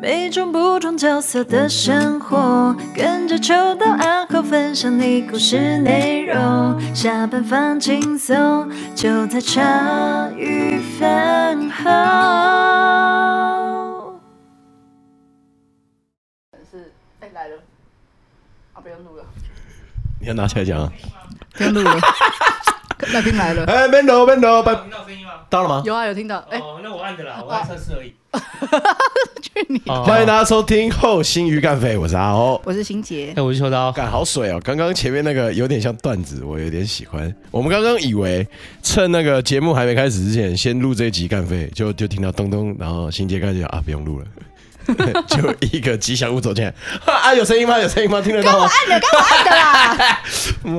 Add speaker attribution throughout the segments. Speaker 1: 每种不同角色的生活，跟着秋到暗号分享你故事内容。下班放轻松，就在茶余饭后。
Speaker 2: 是哎、来了，啊不用录了，
Speaker 3: 你要拿起来讲啊！
Speaker 2: 不用录 了，来宾来了，
Speaker 3: 哎，边头边头，拜
Speaker 4: 听到声音吗？
Speaker 3: 到了吗？
Speaker 2: 有啊有听到，哎、
Speaker 4: 哦，那我按的啦，我按测试而已。
Speaker 2: 去你，
Speaker 4: 哦
Speaker 3: 欢迎大家收听《后新鱼干飞》，我是阿欧。
Speaker 2: 我是欣杰，
Speaker 4: 哎，我是秋刀。
Speaker 3: 干好水哦！刚刚前面那个有点像段子，我有点喜欢。我们刚刚以为趁那个节目还没开始之前，先录这一集干飞，就就听到咚咚，然后新杰干就讲啊，不用 录了。就一个吉祥物走进来， 啊，有声音吗？有声音吗？听得到吗？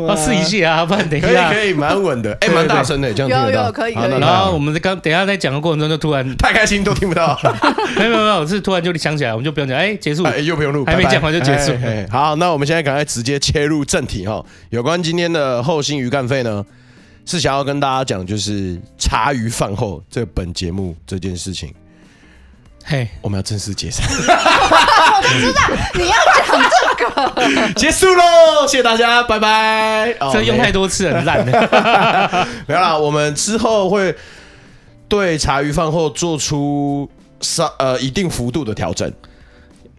Speaker 4: 要试一下啊，不然等一
Speaker 3: 可以
Speaker 4: 下。
Speaker 3: 可以，蛮稳的，哎，蛮大声的，这样听得
Speaker 2: 有
Speaker 3: 到。
Speaker 2: 有可以
Speaker 3: 好
Speaker 2: 可以
Speaker 3: 那
Speaker 4: 然
Speaker 3: 太好
Speaker 4: 后我们在刚等一下在讲的过程中，就 突然
Speaker 3: 太开心都听不到。
Speaker 4: 没有没有没有，是突然就想起来，我们就不用讲，哎，结束。
Speaker 3: 哎，又不用录，
Speaker 4: 还
Speaker 3: 拜
Speaker 4: 没
Speaker 3: 拜
Speaker 4: 讲完就结束
Speaker 3: 哎哎哎好，那我们现在赶快直接切入正题哈。有关今天的后心鱼干费呢，是想要跟大家讲，就是茶余饭后这本节目这件事情，
Speaker 4: 嘿，
Speaker 3: 我们要正 式解散，
Speaker 2: 你要讲这个，
Speaker 3: 结束喽，谢谢大家，拜拜。哦
Speaker 4: 这用太多次很烂的。
Speaker 3: 没有啦，我们之后会对茶余饭后做出稍呃一定幅度的调整。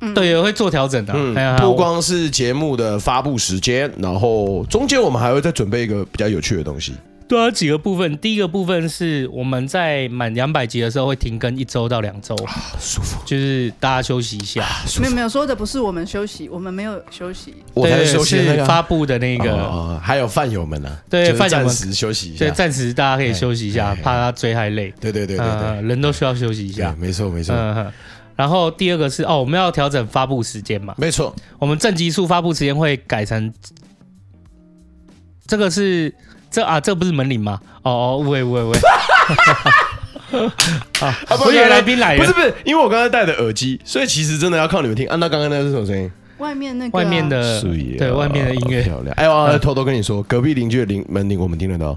Speaker 2: 嗯
Speaker 4: 对，我会做调整的。哎呀
Speaker 3: 嗯，不光是节目的发布时间，然后中间我们还会再准备一个比较有趣的东西。
Speaker 4: 对啊，几个部分。第一个部分是我们在满两百集的时候会停更一周到两周，
Speaker 3: 啊舒服，啊
Speaker 4: 就是大家休息一下。
Speaker 2: 没有没有说的不是我们休息，我们没有休息，
Speaker 3: 我才
Speaker 4: 对
Speaker 3: 休息的那个
Speaker 4: 是
Speaker 3: 啊
Speaker 4: 发布的那
Speaker 3: 哦
Speaker 4: 个，
Speaker 3: 哦哦还有饭友们啊，
Speaker 4: 对
Speaker 3: 就是
Speaker 4: 饭友
Speaker 3: 暂
Speaker 4: 们
Speaker 3: 时休息一下
Speaker 4: 对，，暂时大家可以休息一
Speaker 3: 哎
Speaker 4: 下，
Speaker 3: 哎
Speaker 4: 怕他追太累。
Speaker 3: 对对对对对
Speaker 4: 呃，人都需要休息一
Speaker 3: 对
Speaker 4: 下，。
Speaker 3: 没错没错
Speaker 4: 嗯，哼然后第二个是哦，我们要调整发布时间嘛，
Speaker 3: 没错，
Speaker 4: 我们正极数发布时间会改成，这个是这啊，这不是门铃吗？哦哦，喂喂 喂，啊，
Speaker 3: 不
Speaker 4: 我以
Speaker 3: 原
Speaker 4: 为
Speaker 3: 来
Speaker 4: 来宾来
Speaker 3: 不是啊
Speaker 4: 了，
Speaker 3: 不是，因为我刚才戴的耳机，所以其实真的要靠你们听。啊，那刚刚那是什么声音？
Speaker 2: 外面那个、
Speaker 4: 外面，的
Speaker 3: 是
Speaker 4: 呃对外面的音乐呃
Speaker 3: 漂亮。哎，我要偷偷跟你说，隔壁邻居的铃门铃我们听得到，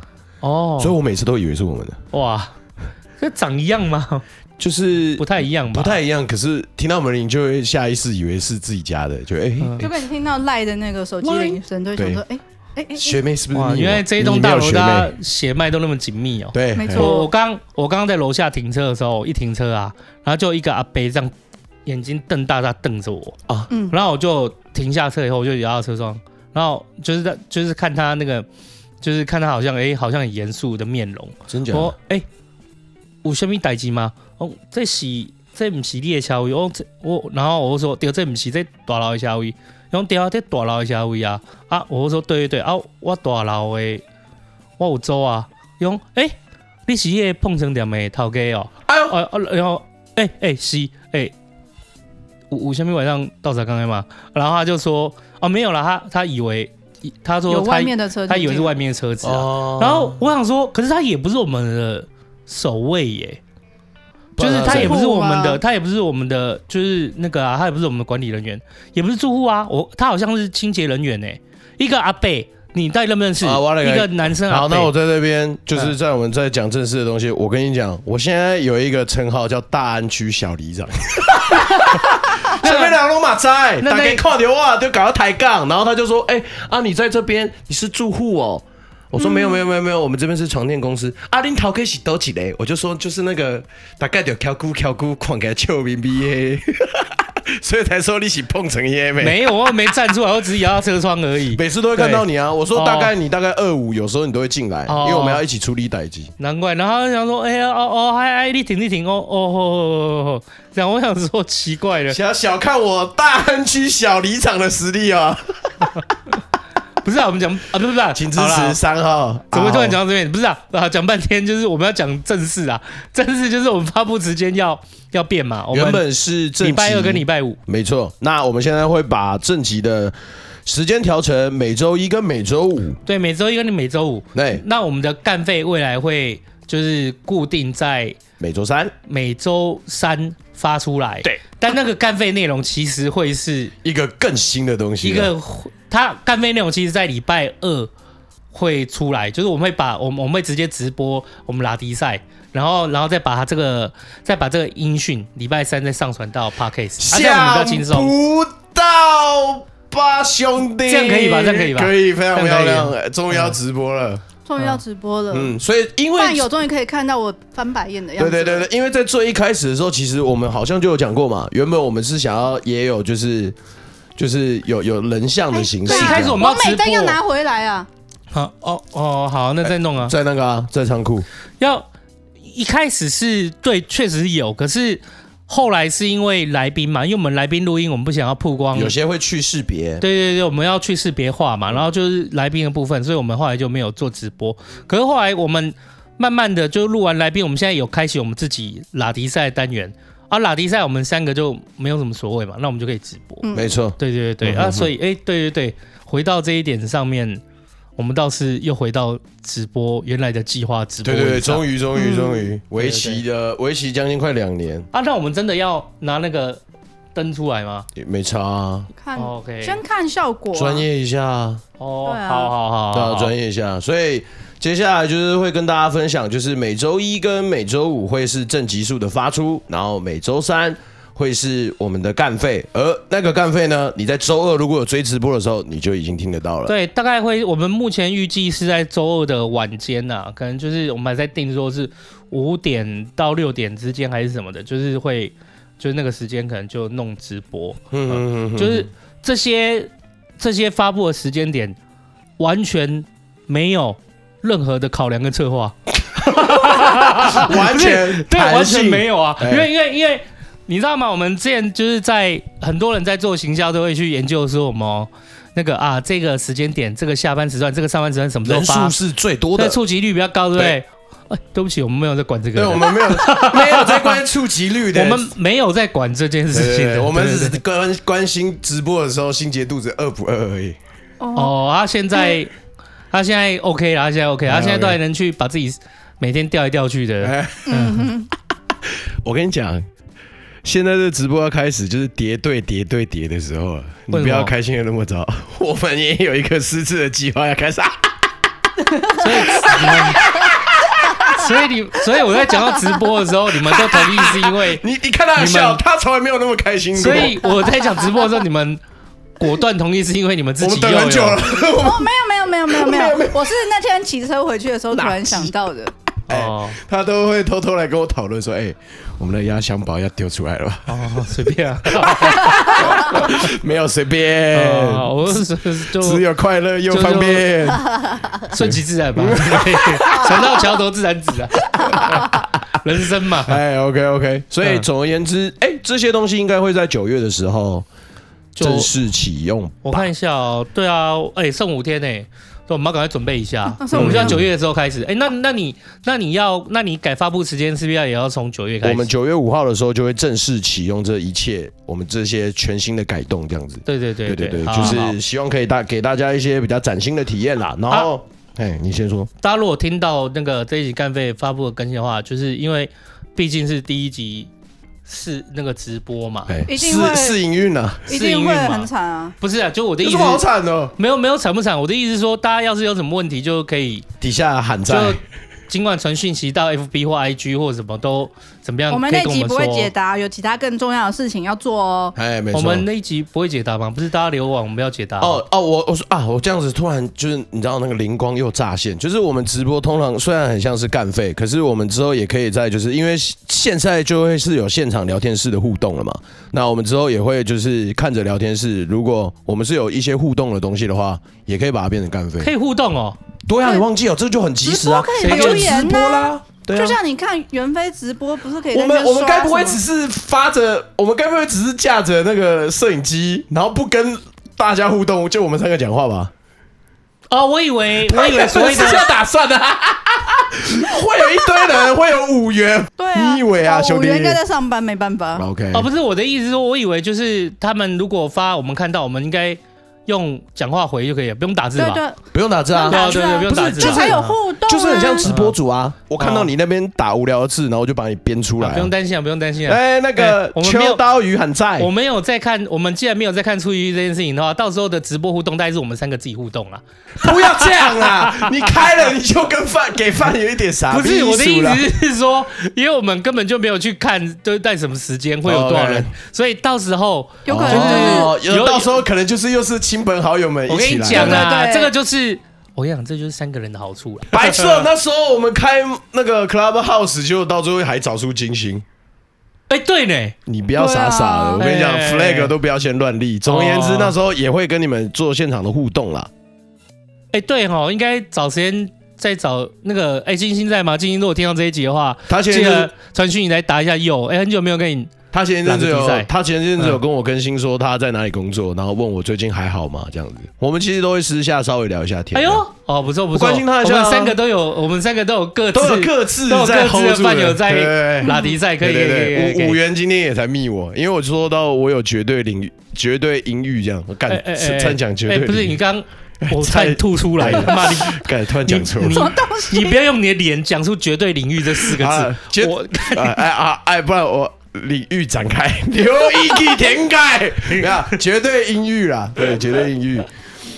Speaker 3: 所以
Speaker 4: 哦，
Speaker 3: 我每次都以为是我们的，
Speaker 4: 哇，这长一样吗？
Speaker 3: 就是
Speaker 4: 不太一样吧？
Speaker 3: 不太一样。可是听到门铃就会下意识以为是自己家的，就哎，
Speaker 4: 嗯
Speaker 2: 就跟你听到赖的那个手机铃声，就会想说，哎哎哎，
Speaker 3: 学妹是不是
Speaker 4: 哇，
Speaker 3: 你有？
Speaker 4: 原来这一
Speaker 3: 你
Speaker 4: 栋
Speaker 3: 没
Speaker 4: 大
Speaker 3: 有
Speaker 4: 楼
Speaker 3: 学
Speaker 4: 大
Speaker 3: 妹
Speaker 4: 家血脉都那么紧密哦。
Speaker 3: 对，
Speaker 2: 没
Speaker 3: 哎
Speaker 2: 错
Speaker 4: 我我刚我刚刚在楼下停车的时候，我一停车啊，然后就一个阿伯这样眼睛瞪大大瞪着我
Speaker 3: 啊
Speaker 4: 啊，
Speaker 2: 嗯
Speaker 4: 然后我就停下车以后，我就摇到车窗，然后就是在就是看他那个，就是看他好像哎、好像很严肃的面容，
Speaker 3: 真假
Speaker 4: 我
Speaker 3: 的？
Speaker 4: 说哎，有什么代志吗？哦，这是这不是你的车位哦，这我然后我就说对，这不是这大楼的车位，然后对啊，这大楼的车位啊啊，我就说对对对啊，我大楼的我有租啊，伊讲哎，你是迄个碰成店的头家哦，
Speaker 3: 哎呦，
Speaker 4: 哦、啊、然后哎哎是哎。有有什么晚上到才刚刚嘛？然后他就说哦没有啦，他他以为他说
Speaker 2: 有
Speaker 4: 他
Speaker 2: 外面的车，
Speaker 4: 他以为是外，面的车子啊，
Speaker 3: 哦
Speaker 4: 然后我想说，可是他也不是我们的守卫耶，
Speaker 3: 不
Speaker 4: 就
Speaker 3: 然
Speaker 4: 是
Speaker 3: 他
Speaker 4: 他也不是我们
Speaker 2: 住户啊
Speaker 4: 的，他也不是我们的，就是那个啊，他也不是我们的管理人员，也不是住户啊，我他好像是清洁人员呢，一个阿贝，你到底认不认识？
Speaker 3: 啊我那个
Speaker 4: 一个男生
Speaker 3: 好，
Speaker 4: 阿
Speaker 3: 那我
Speaker 4: 贝，嗯
Speaker 3: 在这边就是在我们在讲正式的东西，我跟你讲，我现在有一个称号叫大安区小里 长。 前面两路马在，
Speaker 4: 那
Speaker 3: 大
Speaker 4: 那
Speaker 3: 家跨流啊，就搞到抬杠，然后他就说：“哎、啊，你在这边你是住户哦。”我
Speaker 4: 嗯
Speaker 3: 说：“没有，没有，没有，没有，我们这边是床垫公司。阿林桃可以洗多几嘞？”我就说：“就是那个大概就敲咕敲咕，狂给救命 B A，所以才说你洗碰成 E M
Speaker 4: 没有，我没站出来，我只是摇到车窗 而已。
Speaker 3: 每次都会看到你啊。我说
Speaker 4: 哦
Speaker 3: 大概你大概二五，有时候你都会进来，
Speaker 4: 哦
Speaker 3: 因为我们要一起处理歹机。
Speaker 4: 难怪，然后他就想说，哎呀，哦哦，哎哎，你停你停，哦哦哦哦哦哦，这样我想说奇怪了，
Speaker 3: 想要小看我大安区小里长的实力 啊！
Speaker 4: 不是啊，我们讲啊，不是不是啊，
Speaker 3: 请支
Speaker 4: 好啦
Speaker 3: 持三号。
Speaker 4: 怎么会突然
Speaker 3: 好？
Speaker 4: 讲到这边？不是啊，啊，讲半天就是我们要讲正事啊， 正事就是我们发布时间要要变嘛，我
Speaker 3: 原
Speaker 4: 们
Speaker 3: 本是正
Speaker 4: 礼拜二跟礼
Speaker 3: 你
Speaker 4: 拜五，
Speaker 3: 没错。那我们现在会把正集的时间调成每周一跟每周五。
Speaker 4: 对，每周一跟每周五。
Speaker 3: 对，
Speaker 4: 那我们的干费未来会就是固定在
Speaker 3: 每周三
Speaker 4: 每周三发出来，
Speaker 3: 对，
Speaker 4: 但那个干费内容其实会是
Speaker 3: 一个更新的东西。啊
Speaker 4: 一个，它干费内容其实在礼拜二会出来，就是我们会把我们我们会直接直播我们拉迪赛，然后然后再把它这个再把这个音讯礼拜三再上传到 Podcast，啊，这样我们比较
Speaker 3: 哦想
Speaker 4: 轻松。
Speaker 3: 不到吧，兄弟，
Speaker 4: 这样可以吧这样可以吧
Speaker 3: 可以，非常
Speaker 4: 这样
Speaker 3: 漂
Speaker 4: 可以
Speaker 3: 亮，哎终于要直播了。
Speaker 2: 终于要直播了，
Speaker 3: 嗯，所以因为
Speaker 2: 饭友终于可以看到我翻白眼的样
Speaker 3: 对
Speaker 2: 子。
Speaker 3: 对对对，因为在最一开始的时候，其实我们好像就有讲过嘛，原本我们是想要也有就是就是有有人像的形式
Speaker 2: 哎
Speaker 3: 这
Speaker 2: 对啊
Speaker 3: 样，
Speaker 4: 一开始我们要
Speaker 2: 我
Speaker 4: 直播
Speaker 2: 美灯要拿回来啊！
Speaker 4: 好哦哦好，那再弄啊。
Speaker 3: 在那个啊，在仓库，
Speaker 4: 要一开始是对，确实有，可是后来是因为来宾嘛，因为我们来宾录音，我们不想要曝光。
Speaker 3: 有些会去识别，
Speaker 4: 对对对，我们要去识别化嘛，然后就是来宾的部分，所以我们后来就没有做直播。可是后来我们慢慢的就录完来宾，我们现在有开启我们自己拉迪赛的单元啊，拉迪赛我们三个就没有什么所谓嘛，那我们就可以直播。
Speaker 2: 嗯
Speaker 3: 没错，
Speaker 4: 对对对
Speaker 3: 嗯
Speaker 4: 对
Speaker 3: 哼
Speaker 4: 啊，
Speaker 3: 哼
Speaker 4: 所以哎，对对对，回到这一点上面，我们倒是又回到直播原来的计划直播
Speaker 3: 对
Speaker 4: 位置上。
Speaker 3: 对对，终于终于
Speaker 2: 嗯
Speaker 3: 终于，围棋的围棋将近快两年，
Speaker 4: 啊，那我们真的要拿那个灯出来吗
Speaker 3: 也没差啊，
Speaker 2: 看，
Speaker 4: ？OK，
Speaker 2: 先看效果啊。
Speaker 3: 专业一下啊，
Speaker 4: 哦，
Speaker 2: 对啊
Speaker 4: 好好好，
Speaker 3: 对啊，
Speaker 4: 好
Speaker 3: 专业一下，所以。接下来就是会跟大家分享，就是每周一跟每周五会是正极数的发出，然后每周三会是我们的干费，而那个干费呢，你在周二如果有追直播的时候，你就已经听得到了。
Speaker 4: 对，大概会，我们目前预计是在周二的晚间呐、可能就是我们还在定说是五点到六点之间还是什么的，就是会，就是那个时间可能就弄直播，
Speaker 3: 嗯嗯嗯，
Speaker 4: 就是这些这些发布的时间点完全没有任何的考量跟策划，
Speaker 3: 啊 完全
Speaker 4: 对，
Speaker 3: 弹
Speaker 4: 完全
Speaker 3: 性
Speaker 4: 没有啊，
Speaker 3: 哎
Speaker 4: 因为因为因为你知道吗？我们之前就是在很多人在做行销都会去研究说我们哦那个啊这个时间点、这个下班时段、这个上班时段什么时候
Speaker 3: 人
Speaker 4: 发
Speaker 3: 数，是最多
Speaker 4: 对，
Speaker 3: 的。
Speaker 4: 触及率比较高，对不对？哎，对不起，我们没有在管这个
Speaker 3: 对，
Speaker 4: 的，
Speaker 3: 我们没 有没有在关触及率的，
Speaker 4: 我们没有在管这件
Speaker 3: 对
Speaker 4: 事
Speaker 3: 对
Speaker 4: 情
Speaker 3: 对，
Speaker 4: 的，
Speaker 3: 我们
Speaker 4: 对对
Speaker 3: 只
Speaker 4: 对
Speaker 3: 是关关心直播的时候心结肚子饿不饿而已。
Speaker 2: 哦，
Speaker 4: 哦，他现在他现在 OK 啦，他现在 OK，
Speaker 3: 哎
Speaker 4: 他现在
Speaker 3: OK
Speaker 4: 都还能去把自己每天调来调去的，
Speaker 3: 哎，
Speaker 2: 嗯哼，
Speaker 3: 我跟你讲，现在的直播要开始就是叠对叠对叠的时候了，你
Speaker 4: 为什么
Speaker 3: 不要开心的那么早。我们也有一个私自的计划要开始，
Speaker 4: 所以 你们。所以你，所以我在讲到直播的时候，你们都同意是因 为
Speaker 3: 你你看他的
Speaker 4: 你们
Speaker 3: 笑，他从来没有那么开心过。
Speaker 4: 所以我在讲直播的时候，你们果断同意，是因为你们自
Speaker 3: 我
Speaker 4: 己
Speaker 3: 们等很
Speaker 4: 又
Speaker 3: 久
Speaker 4: 有
Speaker 3: 了，我们
Speaker 2: 哦，没有没有没有没有没有，我是那天骑车回去的时候突然想到的。
Speaker 4: 哦
Speaker 3: 他都会偷偷来跟我讨论说：“哎、我们的压箱宝要丢出来了 吧
Speaker 4: 哦，随便啊，？”
Speaker 3: 没有随便，
Speaker 4: 哦我是就
Speaker 3: 只有快乐又方便。
Speaker 4: 顺其自然吧， 船到桥头自然直啊， 人生嘛，
Speaker 3: 哎，OK OK，所以
Speaker 4: 嗯
Speaker 3: 总而言之，哎、这些东西应该会在九月的时候
Speaker 4: 就
Speaker 3: 正式启用。
Speaker 4: 我看一下哦，对啊，哎，剩五天呢，对，我们要赶快准备 一下，
Speaker 2: 嗯剩
Speaker 4: 我
Speaker 2: 五天
Speaker 4: 们就要九月的时候开始，哎，那那你那你要那你改发布时间是不是要也要从九月开
Speaker 3: 我
Speaker 4: 始？
Speaker 3: 们九月五号的时候就会正式启用这一切，我们这些全新的改动，这样子。
Speaker 4: 对对
Speaker 3: 对
Speaker 4: 对
Speaker 3: 对对，
Speaker 4: 好
Speaker 3: 就
Speaker 4: 好啊
Speaker 3: 是希望可以大给大家一些比较崭新的体验啦。然后，哎，你先说。
Speaker 4: 大家如果听到那个这一集干费发布的更新的话，就是因为毕竟是第一集是那个直播嘛，
Speaker 3: 哎，
Speaker 2: 一定
Speaker 3: 试
Speaker 2: 会
Speaker 3: 试营运啊，
Speaker 2: 一
Speaker 4: 试营
Speaker 2: 定
Speaker 4: 运
Speaker 2: 会
Speaker 4: 嘛
Speaker 2: 很惨啊！
Speaker 4: 不是啊，就我的
Speaker 3: 有
Speaker 4: 意
Speaker 3: 什
Speaker 4: 思
Speaker 3: 么，好惨哦的？
Speaker 4: 没有没有惨不惨，我的意思是说，大家要是有什么问题就可以
Speaker 3: 底下喊
Speaker 4: 就
Speaker 3: 在，
Speaker 4: 尽管传讯息到 FB 或 IG 或什么都怎么样，
Speaker 2: 我们
Speaker 4: 可以
Speaker 2: 那
Speaker 4: 跟
Speaker 2: 集不
Speaker 4: 我
Speaker 2: 会
Speaker 4: 们
Speaker 2: 解
Speaker 4: 说。
Speaker 2: 答，有其他更重要的事情要做哦。
Speaker 3: 哎，没
Speaker 4: 我
Speaker 3: 错。
Speaker 4: 们那一集不会解答吗？不是大家留网，我们要解答。
Speaker 3: 哦哦，我我说啊，我这样子突然就是你知道那个灵光又乍现，就是我们直播通常虽然很像是干费，可是我们之后也可以在就是因为现在就会是有现场聊天室的互动了嘛，那我们之后也会就是看着聊天室，如果我们是有一些互动的东西的话，也可以把它变成干费。
Speaker 4: 可以互动哦，
Speaker 3: 对啊，你忘记哦，这就很及时啊，
Speaker 2: 直播
Speaker 4: 可
Speaker 3: 它
Speaker 4: 以
Speaker 3: 就
Speaker 2: 留言啊
Speaker 3: 直播啦，对
Speaker 2: 就
Speaker 3: 啊。
Speaker 2: 像你看袁飞直播，不是可以在
Speaker 3: 我
Speaker 2: 那边
Speaker 3: 们我
Speaker 2: 刷
Speaker 3: 们该不会
Speaker 2: 什么
Speaker 3: 只是发着，我们该不会只是架着那个摄影机，然后不跟大家互动，就我们三个讲话吧？
Speaker 4: 哦，我以 为我以为所谓的
Speaker 3: 是 这样打算的、会有一堆人，会有五元。
Speaker 2: 对啊？
Speaker 3: 你以为啊
Speaker 2: 哦
Speaker 3: 兄弟
Speaker 2: 我应该在上班，没办法。
Speaker 3: OK，
Speaker 4: 哦哦，不是我的意思是说，我以为就是他们如果发我们看到，我们应该用讲话回就可以了，不用打字
Speaker 2: 对
Speaker 4: 吧？
Speaker 2: 对，
Speaker 3: 不用打字啊
Speaker 4: 对
Speaker 2: 对
Speaker 4: 啊
Speaker 2: 打字
Speaker 4: 对
Speaker 2: 啊
Speaker 4: 对，不用打字
Speaker 3: 不
Speaker 4: 啊，
Speaker 2: 这才有互动啊，
Speaker 3: 就是很像直播主啊。我看到你那边打无聊的字，然后我就把你编出来
Speaker 4: 啊
Speaker 3: 啊。
Speaker 4: 不用担心啊，不用担心啊。
Speaker 3: 哎，那个
Speaker 4: 哎我们没有
Speaker 3: 秋刀鱼很在
Speaker 4: 我，没有在看，我们既然没有在看出鱼这件事情的话，到时候的直播互动，大概是我们三个自己互动啦。
Speaker 3: 不要这样啊！你开了你就跟饭给饭有一点啥？
Speaker 4: 不是我的意
Speaker 3: 啦。
Speaker 4: 思是说，因为我们根本就没有去看，都在什么时间会有多少人
Speaker 3: OK
Speaker 4: 所以到时候
Speaker 2: 有可能就是
Speaker 3: 哦，有
Speaker 4: 有
Speaker 3: 到时候可能就是又是亲朋好友们
Speaker 4: 我
Speaker 3: 一
Speaker 4: 跟
Speaker 3: 起
Speaker 4: 你
Speaker 3: 来。
Speaker 4: 讲
Speaker 2: 对
Speaker 4: 啊，
Speaker 2: 对对
Speaker 4: 这个就是我跟你讲，这就是三个人的好处了。
Speaker 3: 白痴哦！那时候我们开那个 Clubhouse，结果到最后还找出金星。
Speaker 4: 哎，对呢，
Speaker 3: 你不要傻傻
Speaker 2: 对啊
Speaker 3: 的，我跟你讲
Speaker 4: 哎哦
Speaker 3: ，flag 都不要先乱立。总而言之，那时候也会跟你们做现场的互动啦。
Speaker 4: 哎，对哈，应该找时间再找那个哎，金星在吗？金星，如果听到这一集的话，
Speaker 3: 他前
Speaker 4: 记
Speaker 3: 一阵
Speaker 4: 得传讯你来答一下有，哎，很久没有跟你
Speaker 3: 他前一阵子
Speaker 4: 懒得比
Speaker 3: 有
Speaker 4: 赛嗯
Speaker 3: 他前一阵子有跟我更新说他在哪里工作，然后问我最近还好吗？这样子，我们其实都会私下稍微聊一下天。啊
Speaker 4: 哎呦，哦，不错不
Speaker 3: 我
Speaker 4: 错，
Speaker 3: 关心他一下啊
Speaker 4: 我们三个都有，我们三个都有各自
Speaker 3: 都有各自
Speaker 4: 都有
Speaker 3: 在
Speaker 4: 各自
Speaker 3: hold
Speaker 4: 的
Speaker 3: 住
Speaker 4: 饭友
Speaker 3: 人对
Speaker 4: 在
Speaker 3: 对对
Speaker 4: 拉迪赛，可以可
Speaker 3: 对
Speaker 4: 以
Speaker 3: 对
Speaker 4: 可以
Speaker 3: 对
Speaker 4: 可以。
Speaker 3: 五五元今天也才密我，因为我说到我有绝对领域、绝对英语这样，我干
Speaker 4: 哎哎哎，
Speaker 3: 参讲绝
Speaker 4: 哎
Speaker 3: 对领域，
Speaker 4: 不是你刚我
Speaker 3: 菜
Speaker 4: 差点吐出来了，妈你
Speaker 3: 干突然讲错
Speaker 4: 你
Speaker 3: 了。
Speaker 4: 你不要用你的脸讲出绝对领域这四个
Speaker 3: 啊绝
Speaker 4: 字，我
Speaker 3: 哎哎啊哎，不然我领域展开， 留一地填盖啊，绝对英语啦， 对，绝对英语。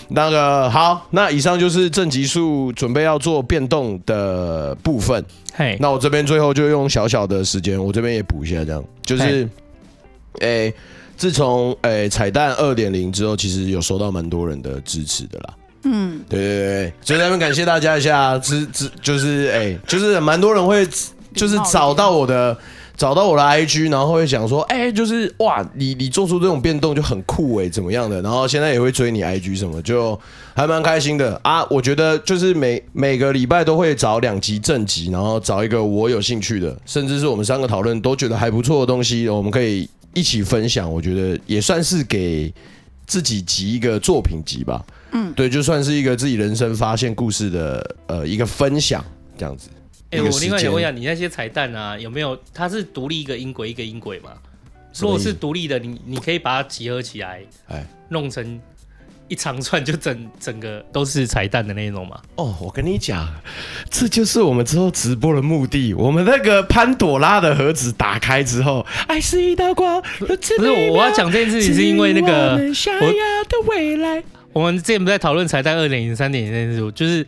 Speaker 3: 那个好，那以上就是正极数准备要做变动的部分。
Speaker 4: 嘿
Speaker 3: 那我这边最后就用小小的时间，我这边也补一下，这样就是，
Speaker 4: 哎
Speaker 3: 诶、自从诶、彩蛋二点零之后，其实有收到蛮多人的支持的啦。嗯，对对对对，所以咱们感谢大家一下，支支就是诶、就是蛮多人会就是找到我的。找到我的 IG，然后会想说，哎、就是哇，你你做出这种变动就很酷哎、怎么样的？然后现在也会追你 IG 什么，就还蛮开心的啊。我觉得就是每每个礼拜都会找两集正集，然后找一个我有兴趣的，甚至是我们三个讨论都觉得还不错的东西，我们可以一起分享。我觉得也算是给自己集一个作品集吧。嗯，对，就算是一个自己人生发现故事的呃一个分享这样子。
Speaker 4: 哎，
Speaker 3: 一个
Speaker 4: 我
Speaker 3: 时
Speaker 4: 另外想
Speaker 3: 间
Speaker 4: 问一下，你那些彩蛋啊，有没有它是独立一个音轨一个音轨嘛？
Speaker 3: 么
Speaker 4: 如果
Speaker 3: 意思
Speaker 4: 是独立的，你你可以把它集合起来，
Speaker 3: 哎，
Speaker 4: 弄成一长串，就整整个都是彩蛋的那种嘛？
Speaker 3: 哦，我跟你讲，这就是我们之后直播的目的。我们那个潘朵拉的盒子打开之后，爱是一道光，不
Speaker 4: 不是我我要讲这件事情，是因为那个我
Speaker 3: 的未来。
Speaker 4: 我们之前不是在讨论彩蛋二点零、三点零那件事，我就是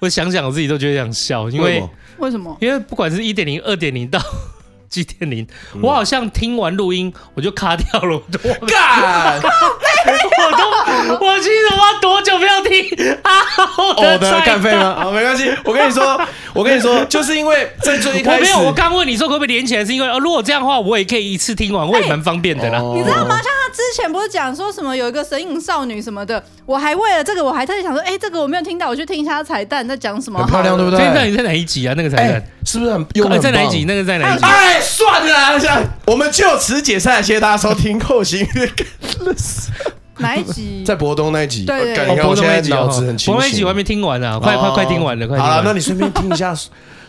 Speaker 4: 我想想我自己都觉得想笑，因为
Speaker 2: 为什么？
Speaker 4: 因为不管是一点零、二点零到 几点零，
Speaker 3: 嗯
Speaker 4: 我好像听完录音我就卡掉了，我都忘了
Speaker 3: 干，哦
Speaker 4: 我 都我记得我多久没有听啊？我
Speaker 3: 我
Speaker 4: 的
Speaker 3: 的
Speaker 4: 彩
Speaker 3: 哦干
Speaker 4: 蛋
Speaker 3: 废吗？好，没关系。我跟你说，我跟你说， 就是因为在最一
Speaker 4: 我
Speaker 3: 开始，
Speaker 4: 没有，我刚问你说可不可以连起来，是因为哦，如果这样的话，我也可以一次听完，我也
Speaker 3: 哎
Speaker 4: 蛮方便的
Speaker 3: 哦
Speaker 4: 啦。
Speaker 2: 你知道吗？像他之前不是讲说什么有一个神隐少女什么的，我还为了这个，我还特地想说，哎、这个我没有听到，我去听一下彩蛋在讲什么。
Speaker 3: 很漂亮，对不
Speaker 4: 所以那
Speaker 3: 对？
Speaker 4: 你在哪一集啊？那个彩
Speaker 3: 哎
Speaker 4: 蛋，
Speaker 3: 是不是很用得很
Speaker 4: 呃在哪一
Speaker 3: 棒
Speaker 4: 集？那个在哪一集？
Speaker 3: 哎，算了，这样我们就此解散，谢谢大家收听《后行乐干
Speaker 2: 哪一集？
Speaker 3: 在博东那一集，
Speaker 2: 对对
Speaker 3: 干
Speaker 2: 对
Speaker 3: 你看我
Speaker 4: 波
Speaker 3: 现
Speaker 4: 动
Speaker 3: 在
Speaker 4: 那集哦
Speaker 3: 脑子很清
Speaker 4: 波动那
Speaker 3: 醒
Speaker 4: 集我还。没听完啊，快快
Speaker 3: 哦
Speaker 4: 快听完了，快听
Speaker 3: 好
Speaker 4: 完
Speaker 3: 了，那
Speaker 4: 了。
Speaker 3: 你啊顺便听一下《
Speaker 4: 哦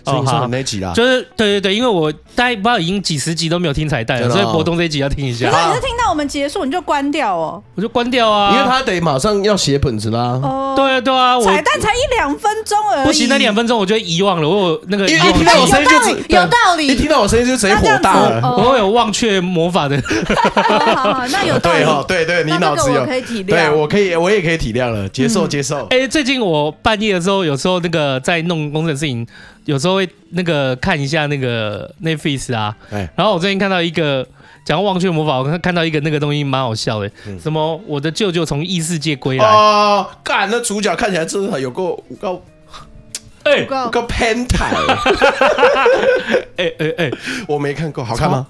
Speaker 3: 声音
Speaker 4: 好
Speaker 3: 上的那集啦。
Speaker 4: 就是对对对，因为我大概不知道已经几十集都没有听彩蛋了，
Speaker 3: 真的
Speaker 4: 所
Speaker 3: 哦
Speaker 4: 以博东这一集要听一
Speaker 2: 可
Speaker 4: 下，
Speaker 2: 是
Speaker 3: 啊
Speaker 2: 你是听到我们结束你就关掉哦。
Speaker 4: 我就关掉啊。
Speaker 3: 因为他得马上要写本子啦。
Speaker 2: 哦，
Speaker 4: 对啊对啊，我
Speaker 2: 彩蛋才一两分钟而已。
Speaker 4: 不行，那两分钟我就会遗忘了，我哦有那个
Speaker 3: 因
Speaker 4: 遗
Speaker 3: 为一
Speaker 4: 忘
Speaker 3: 听到我
Speaker 4: 症
Speaker 3: 声音就直
Speaker 2: 有道理
Speaker 3: 一听到我声音就直接火大
Speaker 2: 那这样
Speaker 3: 了
Speaker 2: 子。
Speaker 4: 我会有忘却魔法的。
Speaker 2: 好好好，那有道
Speaker 3: 对
Speaker 2: 理。
Speaker 3: 哈，对对，你
Speaker 2: 那这
Speaker 3: 脑
Speaker 2: 个
Speaker 3: 子
Speaker 2: 我
Speaker 3: 有
Speaker 2: 可，以体谅。嗯
Speaker 3: 对我可以，我也可以体谅了，接受接受。
Speaker 4: 哎、最近我半夜的时候，有时候那个在弄工程的事情，有时候会那个看一下那个 Netflix 啊。
Speaker 3: 哎
Speaker 4: 然后我最近看到一个讲到忘却魔法，我看到一个那个东西蛮好笑的，什么我的舅舅从异世界归来，
Speaker 3: 嗯哦，干，那主角看起来真的有够有够
Speaker 4: 哎
Speaker 2: 不
Speaker 3: 有
Speaker 2: 够
Speaker 3: 够偏袒。
Speaker 4: 哎哎哎，
Speaker 3: 我没看过，好看吗？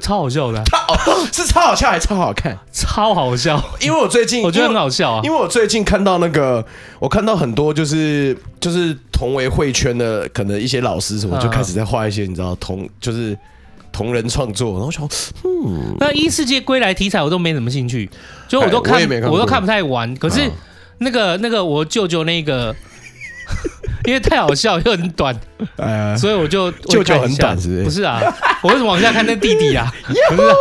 Speaker 4: 超好笑的啊、
Speaker 3: 他哦， 是超好笑还是超好看？
Speaker 4: 超好笑，
Speaker 3: 因为我最近
Speaker 4: 我觉得
Speaker 3: 因为
Speaker 4: 很好笑啊
Speaker 3: 因。为我最近看到那个，我看到很多就是就是同为会圈的，可能一些老师什么
Speaker 4: 嗯
Speaker 3: 就开始在画一些你知道同就是同人创作，然后我 想
Speaker 4: 那异世界归来题材我都没什么兴趣，就我都
Speaker 3: 哎我
Speaker 4: 看
Speaker 3: 也没看过啊
Speaker 4: 我都看不太完。可是
Speaker 3: 嗯
Speaker 4: 那个那个我舅舅那个， 因为太好笑又很短，
Speaker 3: 呃，
Speaker 4: 所以我就
Speaker 3: 舅舅很短是不是
Speaker 4: 不是？不是啊，我为什么往下看那弟 弟啊？不是啊，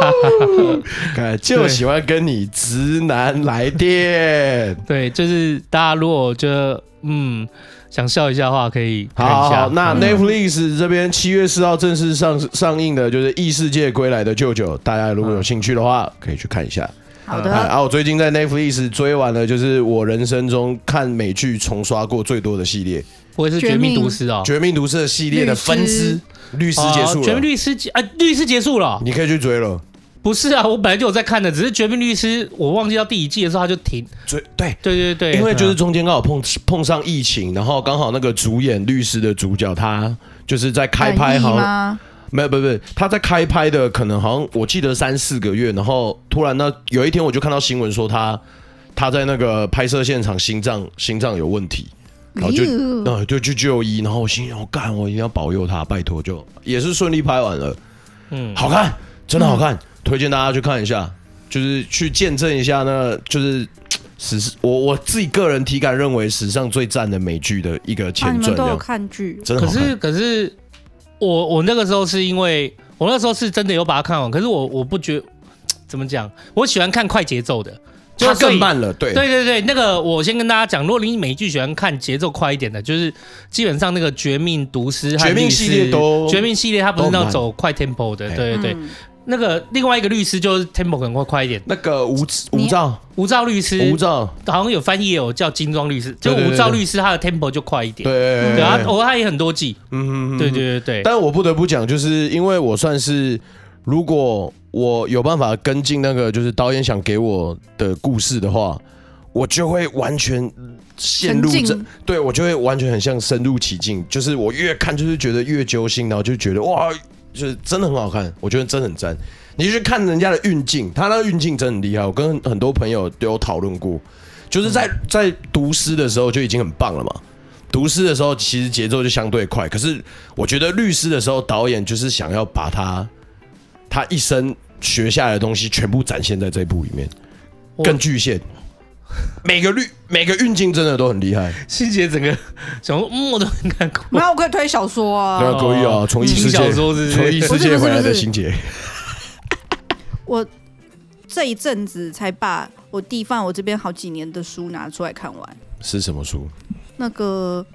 Speaker 3: 看哎就喜欢跟你直男来电。
Speaker 4: 对，就是大家如果觉得嗯想笑一下的话，可以 看
Speaker 3: 好
Speaker 4: 一下
Speaker 3: 好，。那
Speaker 4: 嗯
Speaker 3: Netflix 这边七月四号正式上上映的就是《异世界归来的舅舅》，大家如
Speaker 4: 嗯
Speaker 3: 果有兴趣的话，可以去看一下。
Speaker 2: 好
Speaker 3: 哎
Speaker 2: 的，
Speaker 3: 啊，我最近在 Netflix 追完了，就是我人生中看美剧重刷过最多的系列，
Speaker 4: 我也是《绝命毒师》哦
Speaker 3: 《绝命毒师》的系列的分支，律师
Speaker 4: 哦
Speaker 3: 结束
Speaker 4: 绝命
Speaker 3: 了，
Speaker 4: 律师结啊，律师结束了哦。
Speaker 3: 你可以去追了。
Speaker 4: 不是啊，我本来就有在看的，只是《绝命律师》我忘记到第一季的时候他就停。
Speaker 3: 追对，
Speaker 4: 对对对，
Speaker 3: 因为就是
Speaker 4: 嗯
Speaker 3: 中间刚好碰碰上疫情，然后刚好那个主演律师的主角他就是在开拍，
Speaker 2: 满意
Speaker 3: 好像
Speaker 2: 吗？
Speaker 3: 没有，不是不是，他在开拍的可能好像我记得三四个月，然后突然呢有一天我就看到新闻说他他在那个拍摄现场心脏心脏有问题，然后就
Speaker 2: 哟
Speaker 3: 呃就去就医，然后我心想我干我一定要保佑他，拜托就也是顺利拍完了，
Speaker 4: 啊
Speaker 3: 嗯，好看，真的
Speaker 2: 嗯
Speaker 3: 好看，推荐大家去看一下，就是去见证一下那就是。史我我自己个人体感认为史上最赞的美剧的一个
Speaker 2: 啊，
Speaker 3: 前
Speaker 2: 你
Speaker 3: 传，
Speaker 2: 们
Speaker 3: 这
Speaker 2: 都有
Speaker 3: 样
Speaker 2: 看剧，
Speaker 3: 真的
Speaker 4: 可
Speaker 3: 好看。
Speaker 4: 是可是我我那个时候是因为我那时候是真的有把它看完，可是我我不觉怎么讲，我喜欢看快节奏的，
Speaker 3: 它
Speaker 4: 所以
Speaker 3: 更。慢了，对
Speaker 4: 对对对，那个我先跟大家讲，如果你美剧喜欢看节奏快一点的，就是基本上那个《绝命毒师》和
Speaker 3: 绝命
Speaker 4: 律师
Speaker 3: 系列都
Speaker 4: 绝命系列它不是
Speaker 3: 都
Speaker 4: 那
Speaker 3: 很慢
Speaker 4: 种走快 tempo 的，
Speaker 3: 哎
Speaker 4: 对对对。
Speaker 2: 嗯
Speaker 4: 那个另外一个律师就是 tempo 可能会快一点，
Speaker 3: 那个无
Speaker 2: 你
Speaker 3: 无照
Speaker 4: 吴兆律师
Speaker 3: 无照，
Speaker 4: 好像有翻译也有叫金装律师，就
Speaker 3: 对对对
Speaker 4: 吴兆律师他的 tempo 就快一点，
Speaker 3: 对
Speaker 4: 对啊，我他也很多季，
Speaker 3: 嗯
Speaker 4: 对。对对对，
Speaker 3: 但我不得不讲，就是因为我算是，如果我有办法跟进那个就是导演想给我的故事的话，我就会完全陷入
Speaker 2: 沉浸
Speaker 3: 这，对我就会完全很像深入其境，就是我越看就是觉得越揪心，然后就觉得哇，就是真的很好看，我觉得真的很赞。你去看人家的运镜，他那个运镜真的很厉害，我跟很多朋友都有讨论过，
Speaker 2: 嗯
Speaker 3: 就是在在读诗的时候就已经很棒了嘛。读诗的时候其实节奏就相对快，可是我觉得律师的时候，导演就是想要把他他一生学下来的东西全部展现在这部里面，
Speaker 4: 我
Speaker 3: 更具现。每个律每个运镜真的都很厉害，
Speaker 4: 欣姐整个 想说，嗯，我都没看过，哦
Speaker 2: 那我可以推小说
Speaker 3: 对
Speaker 2: 啊
Speaker 3: 啊，。可以啊，从异世界
Speaker 4: 轻小说是不是
Speaker 3: 从异世界回来
Speaker 2: 不是不是不是
Speaker 3: 的心结，
Speaker 2: 我这一阵子才把我弟放我这边好几年的书拿出来看完。
Speaker 3: 是什么书？
Speaker 2: 那个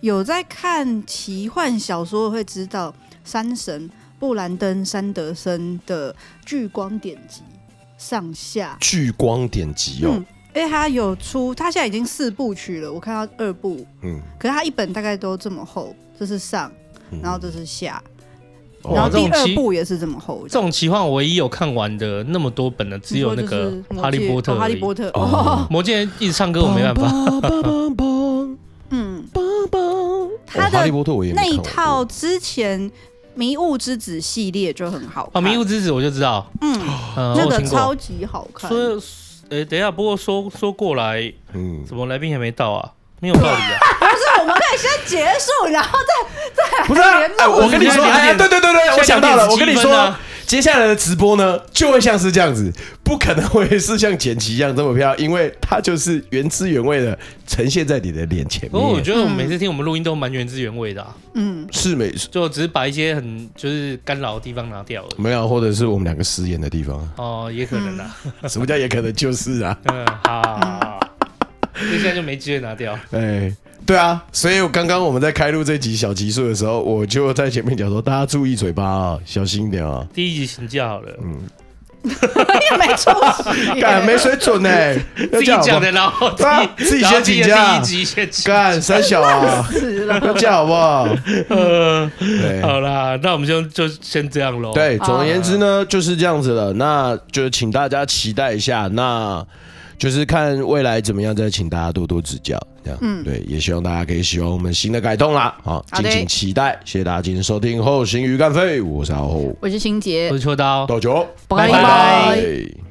Speaker 2: 有在看奇幻小说的会知道，山神布兰登·山德森的《聚光典籍》上下，
Speaker 3: 聚光典籍哦
Speaker 2: 嗯，因为他有出，他现在已经四部曲了，我看到二部，
Speaker 3: 嗯，
Speaker 2: 可是他一本大概都这么厚，这是上，
Speaker 3: 嗯
Speaker 2: 然后这是下，
Speaker 3: 哦
Speaker 2: 然后
Speaker 4: 这种
Speaker 2: 第二
Speaker 4: 奇
Speaker 2: 部也是这么厚
Speaker 4: 这。种奇幻唯一有看完的那么多本的，只有那个
Speaker 2: 你说就是
Speaker 4: 《哈利波特》
Speaker 2: 哦
Speaker 4: 而已。
Speaker 2: 哈利波特，
Speaker 3: 哦
Speaker 2: 哦，
Speaker 4: 魔戒一直唱歌，我 没办法。
Speaker 2: 嗯，
Speaker 3: 哦
Speaker 2: 他
Speaker 3: 哈利
Speaker 2: 的
Speaker 3: 波特我也没
Speaker 2: 那一
Speaker 3: 看过
Speaker 2: 套之前《迷雾之子》系列就很好
Speaker 4: 哦，《
Speaker 2: 看，
Speaker 4: 迷雾之子》我就知道，
Speaker 2: 嗯，
Speaker 4: 嗯，
Speaker 2: 那
Speaker 4: 我有
Speaker 2: 个
Speaker 4: 听
Speaker 2: 超
Speaker 4: 过。
Speaker 2: 级好看。
Speaker 4: 说，呃，等一下，不过说说过来，
Speaker 3: 嗯，
Speaker 4: 怎么来宾还没到啊？没有道 理啊！
Speaker 2: 不是，我们可以先结束，然后
Speaker 3: 不是、啊
Speaker 2: 联络
Speaker 3: 哎，我
Speaker 4: 我
Speaker 3: 跟
Speaker 4: 们
Speaker 3: 你
Speaker 4: 现
Speaker 3: 说，
Speaker 4: 在
Speaker 3: 哎，
Speaker 4: 两点
Speaker 3: 对对对对，
Speaker 4: 现在
Speaker 3: 我想到了，
Speaker 4: 两点
Speaker 3: 我跟你
Speaker 4: 17分
Speaker 3: 说
Speaker 4: 啊，
Speaker 3: 接下来的直播呢，就会像是这样子，不可能会是像剪辑一样这么漂亮，因为它就是原汁原味的呈现在你的脸前
Speaker 4: 不过哦我
Speaker 3: 面。
Speaker 4: 觉得我们每次听我们录音都蛮原汁原味的啊，
Speaker 2: 嗯，
Speaker 3: 是美
Speaker 4: 就只是把一些很就是干扰的地方拿掉了。
Speaker 3: 没有，或者是我们两个失言的地方啊，
Speaker 4: 哦，也可能
Speaker 2: 嗯
Speaker 4: 啊。
Speaker 3: 什么叫也可能就是啊，
Speaker 4: 嗯，好好，好好所以现在就没机会拿掉。
Speaker 3: 哎。对啊，所以我刚刚我们在开录这集小集数的时候，我就在前面讲说，大家注意嘴巴啊，小心一点 啊，
Speaker 4: 第一集请假好了，
Speaker 2: 你也没出 息
Speaker 3: 干没水准呢、要
Speaker 4: 自己
Speaker 3: 这样好不好
Speaker 4: 讲的，然后
Speaker 3: 对啊
Speaker 4: 自
Speaker 3: 自己
Speaker 4: 然后
Speaker 3: 先请假
Speaker 4: 第一集先请
Speaker 3: 干三小 啊，
Speaker 2: 死了。
Speaker 3: 要这样好不好？
Speaker 4: 呃，
Speaker 3: 对，
Speaker 4: 好啦，那我们就就先这样
Speaker 2: 哦
Speaker 4: 喽。，
Speaker 3: 对，总而言之呢，就是这样子了。那就请大家期待一下，那就是看未来怎么样，再请大家多多指教。这样，嗯，对，也希望大家可以喜欢我们新的改动啦。好，
Speaker 2: 好
Speaker 3: 敬
Speaker 2: 的
Speaker 3: 请期待，谢谢大家今天收听后行鱼干费，我是阿后
Speaker 2: 我是心杰
Speaker 4: 我，是秋刀，
Speaker 3: 豆九，
Speaker 2: 拜
Speaker 4: 拜
Speaker 3: 拜。